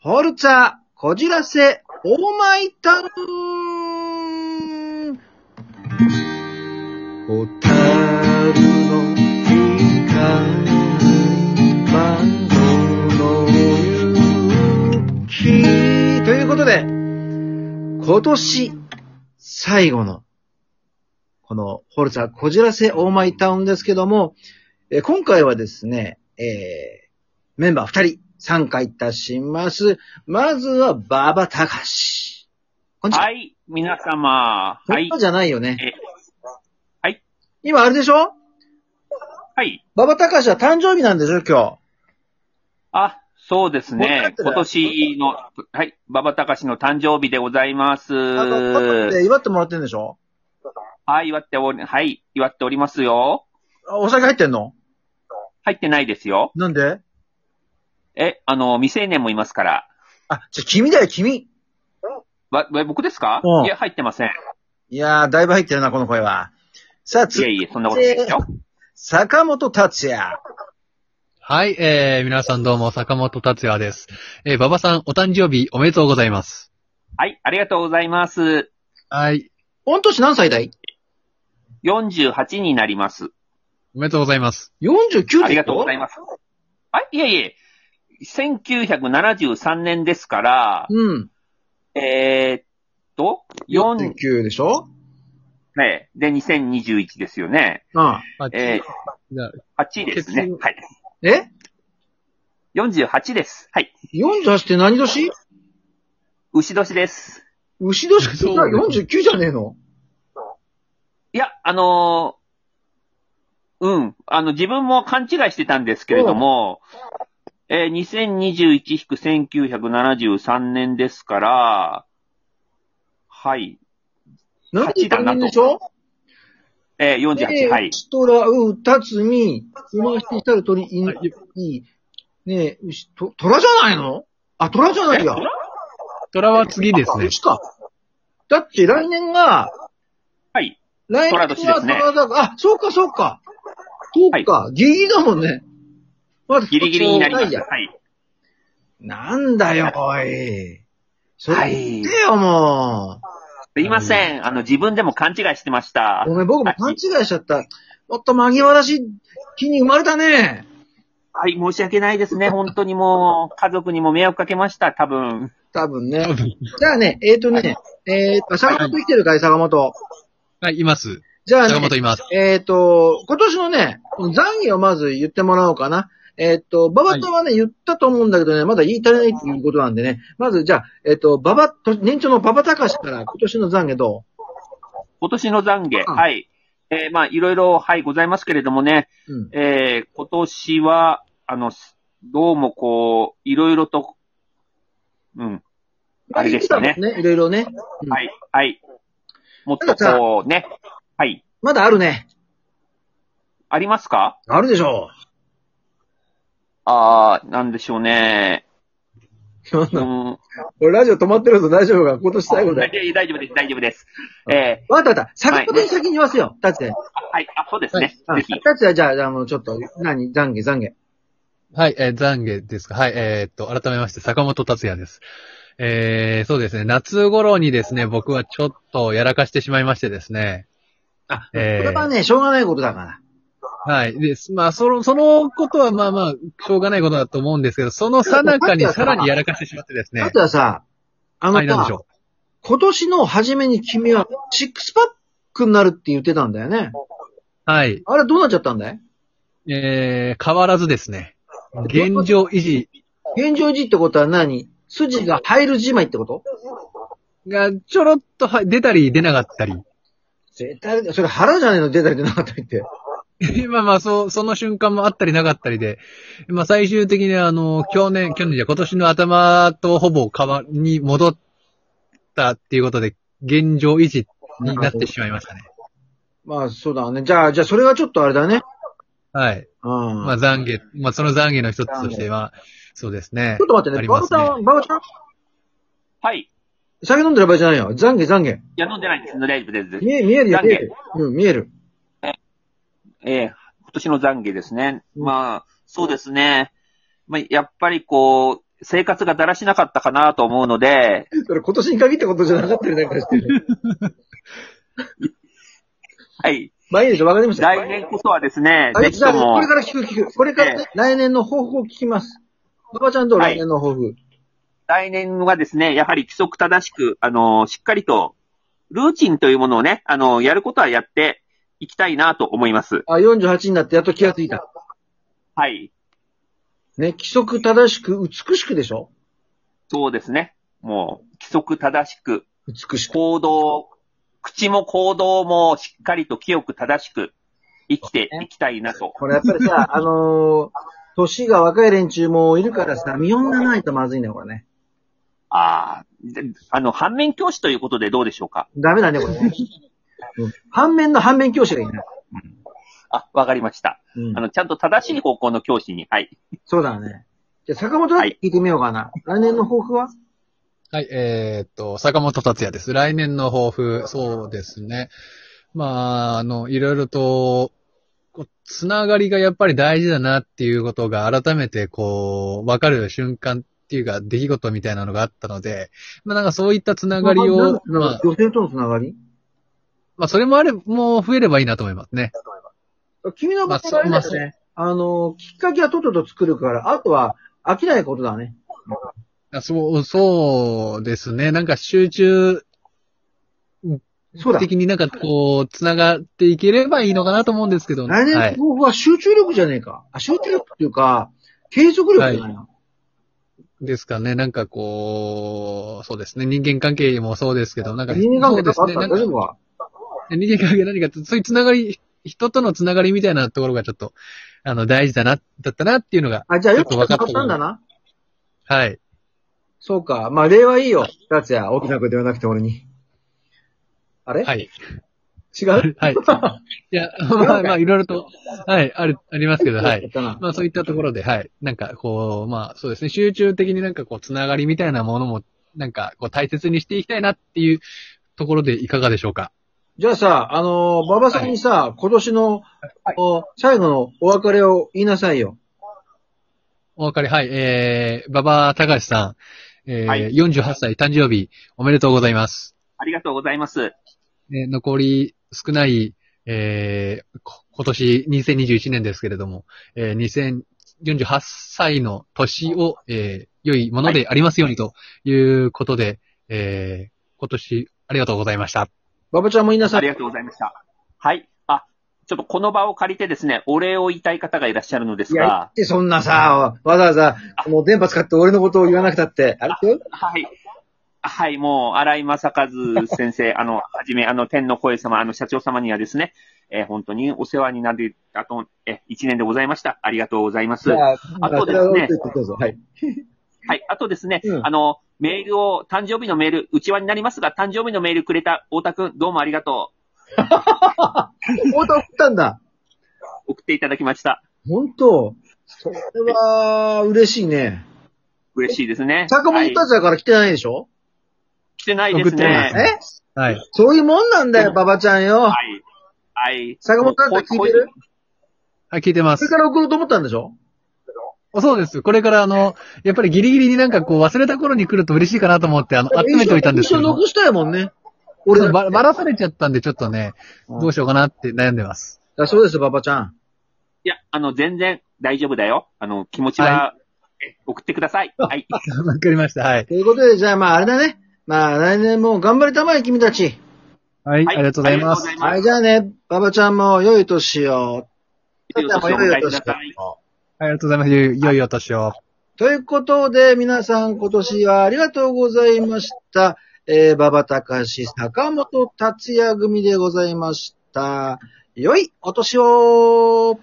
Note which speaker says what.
Speaker 1: ホルツァー、こじらせ、オーマイタウン
Speaker 2: ホタルの光窓の
Speaker 1: ひーということで、今年、最後の、この、ホルツァー、こじらせ、オーマイタウンですけども、えー今回はですね、えーメンバー2人、参加いたします。まずは、馬場隆史。こんにちは。
Speaker 3: はい、皆様。
Speaker 1: そ
Speaker 3: は
Speaker 1: ん
Speaker 3: い
Speaker 1: な。じゃないよね。
Speaker 3: えはい。
Speaker 1: 今あれでしょ
Speaker 3: はい。
Speaker 1: 馬場隆史は誕生日なんでしょ今
Speaker 3: あ、そうです
Speaker 1: こ
Speaker 3: ね。
Speaker 1: ん
Speaker 3: 今
Speaker 1: なやつだ
Speaker 3: 年の、はい、馬場隆の誕生日でございます。
Speaker 1: 日。なんかパパって祝ってもらってんでしょ
Speaker 3: はい、祝っており、はい、祝っておりますよ。
Speaker 1: あお酒入ってんの
Speaker 3: 入ってないですよ。
Speaker 1: なんで
Speaker 3: え、あの、未成年もいますから。
Speaker 1: あ、じゃ、君だよ、君。
Speaker 3: わ、わ僕ですか
Speaker 1: うん
Speaker 3: いや、入ってません。
Speaker 1: いやー、だいぶ入ってるな、この声は。さあ、
Speaker 3: い
Speaker 1: つ
Speaker 3: え、いえ、そんなことないですよ。
Speaker 1: 坂本達也。
Speaker 4: はい、えー、皆さんどうも、坂本達也です。えー、馬場さん、お誕生日おめでとうございます。
Speaker 3: はい、ありがとうございます。
Speaker 4: はい、
Speaker 1: 御年何歳だい
Speaker 3: 48になります。
Speaker 4: おめでとうございます。
Speaker 1: ?49 歳。
Speaker 3: ありがとうござい
Speaker 1: ま
Speaker 3: ます。はい、いえいえ、1973年ですから、
Speaker 1: す。うん。
Speaker 3: えーっと、4、
Speaker 1: 49でしょ
Speaker 3: ね、で、2021ですよね。
Speaker 1: ああ
Speaker 4: あ
Speaker 3: え
Speaker 4: じゃあ
Speaker 3: ー、8ですね
Speaker 4: 結。論
Speaker 3: はい。
Speaker 1: え
Speaker 3: 48です。はい。
Speaker 1: ?48 って何年
Speaker 3: 牛年です。
Speaker 1: 牛年って
Speaker 4: そう
Speaker 1: 49じゃねえの
Speaker 3: いや、あのーうん。あの、自分も勘違いしてたんですけれども、えー、2021-1973年ですから、はい。
Speaker 1: ?78 だなと。でしょ
Speaker 3: えー、48、はい。
Speaker 1: シトラウ、タツミ、ウマシタルトリ、イン、イ、ねえ、牛、と、トラじゃないのあ、トラじゃないや。
Speaker 4: 虎は次です
Speaker 1: あ
Speaker 4: ね。
Speaker 1: 牛か。だって来年が、
Speaker 3: はい。
Speaker 1: 来
Speaker 3: 虎年ですね
Speaker 1: 虎だあ、そうか、そうか。そうか、ギリギリだもんね。まだ
Speaker 3: ギリギリになりま
Speaker 1: い
Speaker 3: す。
Speaker 1: や
Speaker 3: はい。
Speaker 1: なんだよ、おい。そ
Speaker 3: は
Speaker 1: れ
Speaker 3: い
Speaker 1: 言ってよ、も
Speaker 3: すいません。あの、自分でも勘違いしてました
Speaker 1: う。。ごめん、僕も勘違いしちゃった。もっと紛ぎわらしい木に生まれたね。
Speaker 3: はい、申し訳ないですね。本当にもう、家族にも迷惑かけました、多分。
Speaker 1: 多分ね。じゃあね、えーとね、えー、坂本生きてるかい、坂本。
Speaker 4: はい、います。
Speaker 1: じゃあね、
Speaker 4: 坂本います。
Speaker 1: えっ、と、今年のね、残業をまず言ってもらおうかな。えっ、と、馬場さんはね、言ったと思うんだけどね、まだ言い足りないっていうことなんでね。まず、じゃあ、えっ、と、馬場と、年長の馬場隆史から今年の残業ど
Speaker 3: 今年の懺
Speaker 1: う
Speaker 3: 悔、
Speaker 1: ん
Speaker 3: はい。えーまあ、いろいろ、はい、ございますけれどもね、
Speaker 1: ううん。
Speaker 3: えー今年は、あの、すどうもこう、いろいろと、うん、あれでした
Speaker 1: 言っ
Speaker 3: ね
Speaker 1: てもんね。いろいろね。うん
Speaker 3: はい、はい。もっと
Speaker 1: たださ
Speaker 3: こう、ね、はい。
Speaker 1: まだあるね。
Speaker 3: ありますか
Speaker 1: あるでしょ
Speaker 3: ああ、なんでしょうね。
Speaker 1: う。
Speaker 3: うん。
Speaker 1: 俺ラジオ止まってるぞ、大丈夫か今年最後だ
Speaker 3: 大
Speaker 1: よ。
Speaker 3: 丈夫です、大丈夫です。え
Speaker 1: わかったわかった。坂本に先に言わせよう。達也。
Speaker 3: ーあはい、あ、そうですね。
Speaker 1: うん
Speaker 3: ぜひ。
Speaker 1: 達也、じゃあ、じゃあ、もうちょっと、何残業、残業。
Speaker 4: はい、えー、懺悔ですか。はい、えーっと、改めまして、坂本達也です。えー、そうですね、夏頃にですね、僕はちょっとやらかしてしまいましてですね。
Speaker 1: あ、
Speaker 4: えー
Speaker 1: これはね、しょうがないことだから。
Speaker 4: はい。です。まあ、その、そのことはまあまあ、しょうがないことだと思うんですけど、その最中にさらにやらかしてしまってですね
Speaker 1: あ。とはさ、あの
Speaker 4: はい、
Speaker 1: さ、
Speaker 4: なんでしょ
Speaker 1: 今年の初めに君はシックスパックになるって言ってたんだよね。
Speaker 4: う。はい。
Speaker 1: あれどうなっちゃったんだい
Speaker 4: えー、変わらずですね。現状維持
Speaker 1: 現状維持ってことは何筋が入るじまいってこと
Speaker 4: がちょろっとは出たり出なかったり。
Speaker 1: 絶対、それ腹じゃねえの出たり出なかったりって。
Speaker 4: まあまあ、そう、その瞬間もあったりなかったりで、まあ最終的にあの、去年、去年じゃ今年の頭とほぼ変わに戻ったっていうことで、現状維持になってしまいましたね。
Speaker 1: まあそうだね。じゃあ、じゃあそれはちょっとあれだね。
Speaker 4: はい。
Speaker 1: うん。
Speaker 4: まあ懺悔、まあその懺悔の一つとしては、そうですね
Speaker 1: ちょ。っと待って
Speaker 4: あ
Speaker 1: ね。
Speaker 4: り
Speaker 1: バ
Speaker 4: ま
Speaker 1: ブ
Speaker 4: す
Speaker 1: さ
Speaker 4: ね
Speaker 1: んは、バブちゃん
Speaker 3: はい。
Speaker 1: 酒飲んでる場合じゃないよ。懺悔懺
Speaker 3: いや、飲んでないです。大丈夫です
Speaker 1: 悔。。見え、見えるよ、
Speaker 3: 懺悔
Speaker 1: 見える。うん、見える。
Speaker 3: ええ今年の懺悔ですね。
Speaker 1: うん
Speaker 3: まあ、そうですね。まあ、やっぱりこう、生活がだらしなかったかなと思うので、
Speaker 1: それ今年に限ったことじゃなかったりなんかしてる。
Speaker 3: はい。
Speaker 1: まあいいでしょ、わかりました。
Speaker 3: 来年こそはですね、
Speaker 1: あ
Speaker 3: ぜ
Speaker 1: れ
Speaker 3: ひ
Speaker 1: じゃ
Speaker 3: と
Speaker 1: あ、こ
Speaker 3: も
Speaker 1: れ、から聞く聞く。これから、
Speaker 3: え
Speaker 1: 来年の抱負を聞きます。馬場ちゃんと来年の抱負。
Speaker 3: 来年はですね、やはり規則正しく、あの、しっかりと、ルーチンというものをね、あの、やることはやっていきたいなと思います。
Speaker 1: あ、48になってやっと気がついた。
Speaker 3: はい。
Speaker 1: ね、規則正しく、美しくでしょ
Speaker 3: そうですね。もう、規則正しく、
Speaker 1: 美しく。
Speaker 3: 行動、口も行動もしっかりと清く正しく生きていきたいなと。
Speaker 1: これやっぱりさ、あのー、年が若い連中もいるからさ、見女ないとまずいね、これね。
Speaker 3: ああ、であの、反面教師ということでどうでしょうか
Speaker 1: ダメだね、これね。うん反面の反面教師がいない。
Speaker 3: あ、わかりました。
Speaker 1: うん
Speaker 3: あ、の、ちゃんと正しい方向の教師に、はい。
Speaker 1: そうだね。じゃあ、坂本だけ聞いてみようかな。来年の抱負は
Speaker 4: はい、えーっと、坂本達也です。来年の抱負、そうですね。まあ、あの、いろいろと、こうつながりがやっぱり大事だなっていうことが改めてこう、わかる瞬間っていうか、出来事みたいなのがあったので、まあなんかそういったつながりを、
Speaker 1: なん
Speaker 4: ま
Speaker 1: か
Speaker 4: あ、
Speaker 1: 女性とのつながり
Speaker 4: まあそれもあれ、もう増えればいいなと思いますね。
Speaker 1: 君の場合はあれだよね。あの、きっかけはとっとと作るから、あとは飽きないことだね。
Speaker 4: あそう、そうですね。なんか集中
Speaker 1: そうだ。来
Speaker 4: 的になんかこう、つながっていければいいのかなと思うんですけどね。
Speaker 1: 年の
Speaker 4: は
Speaker 1: 抱
Speaker 4: い。
Speaker 1: 負は集中力じゃねえか。あ、集中力っていうか、継続力じゃないの。
Speaker 4: ですかね。なんかこう、そうですね。人間関係もそうですけど、なんか、
Speaker 1: 人間関係とか
Speaker 4: そ
Speaker 1: あっ
Speaker 4: うで
Speaker 1: た
Speaker 4: す
Speaker 1: ら
Speaker 4: ね。なん
Speaker 1: 大
Speaker 4: か
Speaker 1: 丈夫か
Speaker 4: 人間関係何かって、そういうつながり、人とのつながりみたいなところがちょっと、あの、大事だな、だったなっていうのが、
Speaker 1: あ、じゃあ
Speaker 4: ちょ
Speaker 1: よ
Speaker 4: っ
Speaker 1: く
Speaker 4: と
Speaker 1: 分
Speaker 4: 分
Speaker 1: か
Speaker 4: か
Speaker 1: っ
Speaker 4: った
Speaker 1: たんだな。
Speaker 4: はい。
Speaker 1: そうか。まあ、例はいいよ。達也、大きな声で言わなくて俺に。あれ、
Speaker 4: はい。
Speaker 1: 違う
Speaker 4: はい。いや、 まあまあ、いろいろと、はい、ある、ありますけど、 は
Speaker 1: や
Speaker 4: い
Speaker 1: っ。たな
Speaker 4: まあそういったところで、はい。なんかこう、まあそうですね、集中的になんかこう、つながりみたいなものも、なんかこう、大切にしていきたいなっていうところでいかがでしょうか。
Speaker 1: じゃあさ、あのー、馬場さんにさ、今年の、お最後のお別れを言いなさいよ。
Speaker 4: お別れ、はい、えー、馬場隆さん、えー
Speaker 3: はい
Speaker 4: 48歳誕生日、おめでとうございます。
Speaker 3: ありがとうございます。
Speaker 4: ね残り少ない、えーこ今年2021年ですけれども、えー、2048歳の年を、えー良いものでありますようにということで、えー今年ありがとうございました。
Speaker 1: 馬場ちゃんも言いなさ
Speaker 3: あ
Speaker 1: い。
Speaker 3: りがとうございました。はい。あ、ちょっとこの場を借りてですね、お礼を言いたい方がいらっしゃるのです
Speaker 1: いや、言
Speaker 3: が
Speaker 1: っ、てそんなさ、わざわざ、この電波使って俺のことを言わなくたって、あれ
Speaker 3: はい。はい、もう、荒井正和先 生、あの、はじめ、あの、天の声様、あの、社長様にはですね、えー本当にお世話になり、あと、えー、1年でございました。ありがとうございます。
Speaker 1: じ
Speaker 3: は
Speaker 1: ゃあ、
Speaker 3: あとですね
Speaker 1: どうぞ。はい。
Speaker 3: い、あとですね、
Speaker 1: うん
Speaker 3: あの、メールを、誕生日のメール、内輪になりますが、誕生日のメールくれた太田くん、どうもありがと
Speaker 1: 本当送ったんだ。
Speaker 3: う。送っていただきました。
Speaker 1: 本当それは、嬉しいね。
Speaker 3: 嬉しいですね。
Speaker 1: 坂本
Speaker 3: はい、
Speaker 1: 達也から来てないでしょ、
Speaker 3: 来てないです
Speaker 4: 送ってない
Speaker 3: ね。
Speaker 1: え
Speaker 4: はい。
Speaker 1: そういうもんなんだよ、
Speaker 3: うん
Speaker 1: 馬場ちゃんよ。
Speaker 3: はい。はい。
Speaker 1: 坂本達也聞いてる
Speaker 4: はい、聞いてま
Speaker 1: それ
Speaker 4: す。
Speaker 1: から送ろうと思ったんでしょ
Speaker 4: そうです。これからあの、やっぱりギリギリになんかこう忘れた頃に来ると嬉しいかなと思って、あの、温めておいたんですけ
Speaker 1: 一緒
Speaker 4: ど
Speaker 1: に
Speaker 4: も、
Speaker 1: 残したいもんね。俺
Speaker 4: 俺
Speaker 1: だって
Speaker 4: ばばらされちゃったんでちょっとね、
Speaker 1: うん
Speaker 4: どうしようかなって悩んでます。
Speaker 1: だそうです、馬場ちゃん。
Speaker 3: いや、あの、全然大丈夫だよ。あの、気持ちは、え送ってください。 はい。
Speaker 4: わかりました。はい。
Speaker 1: ということで、じゃあまああれだね。まあ来年も頑張りたまえ、君たち。
Speaker 4: はい、ありがとうございます。
Speaker 3: ありがとうござ
Speaker 1: はいい、じゃあね、馬場ちゃんも良い年を。
Speaker 3: 良いお年をお迎えください。
Speaker 4: ありがとうございます。よいよいお年を。
Speaker 1: ということで、皆さん今年はありがとうございました。えー、馬場隆、坂本達也組でございました。良いお年を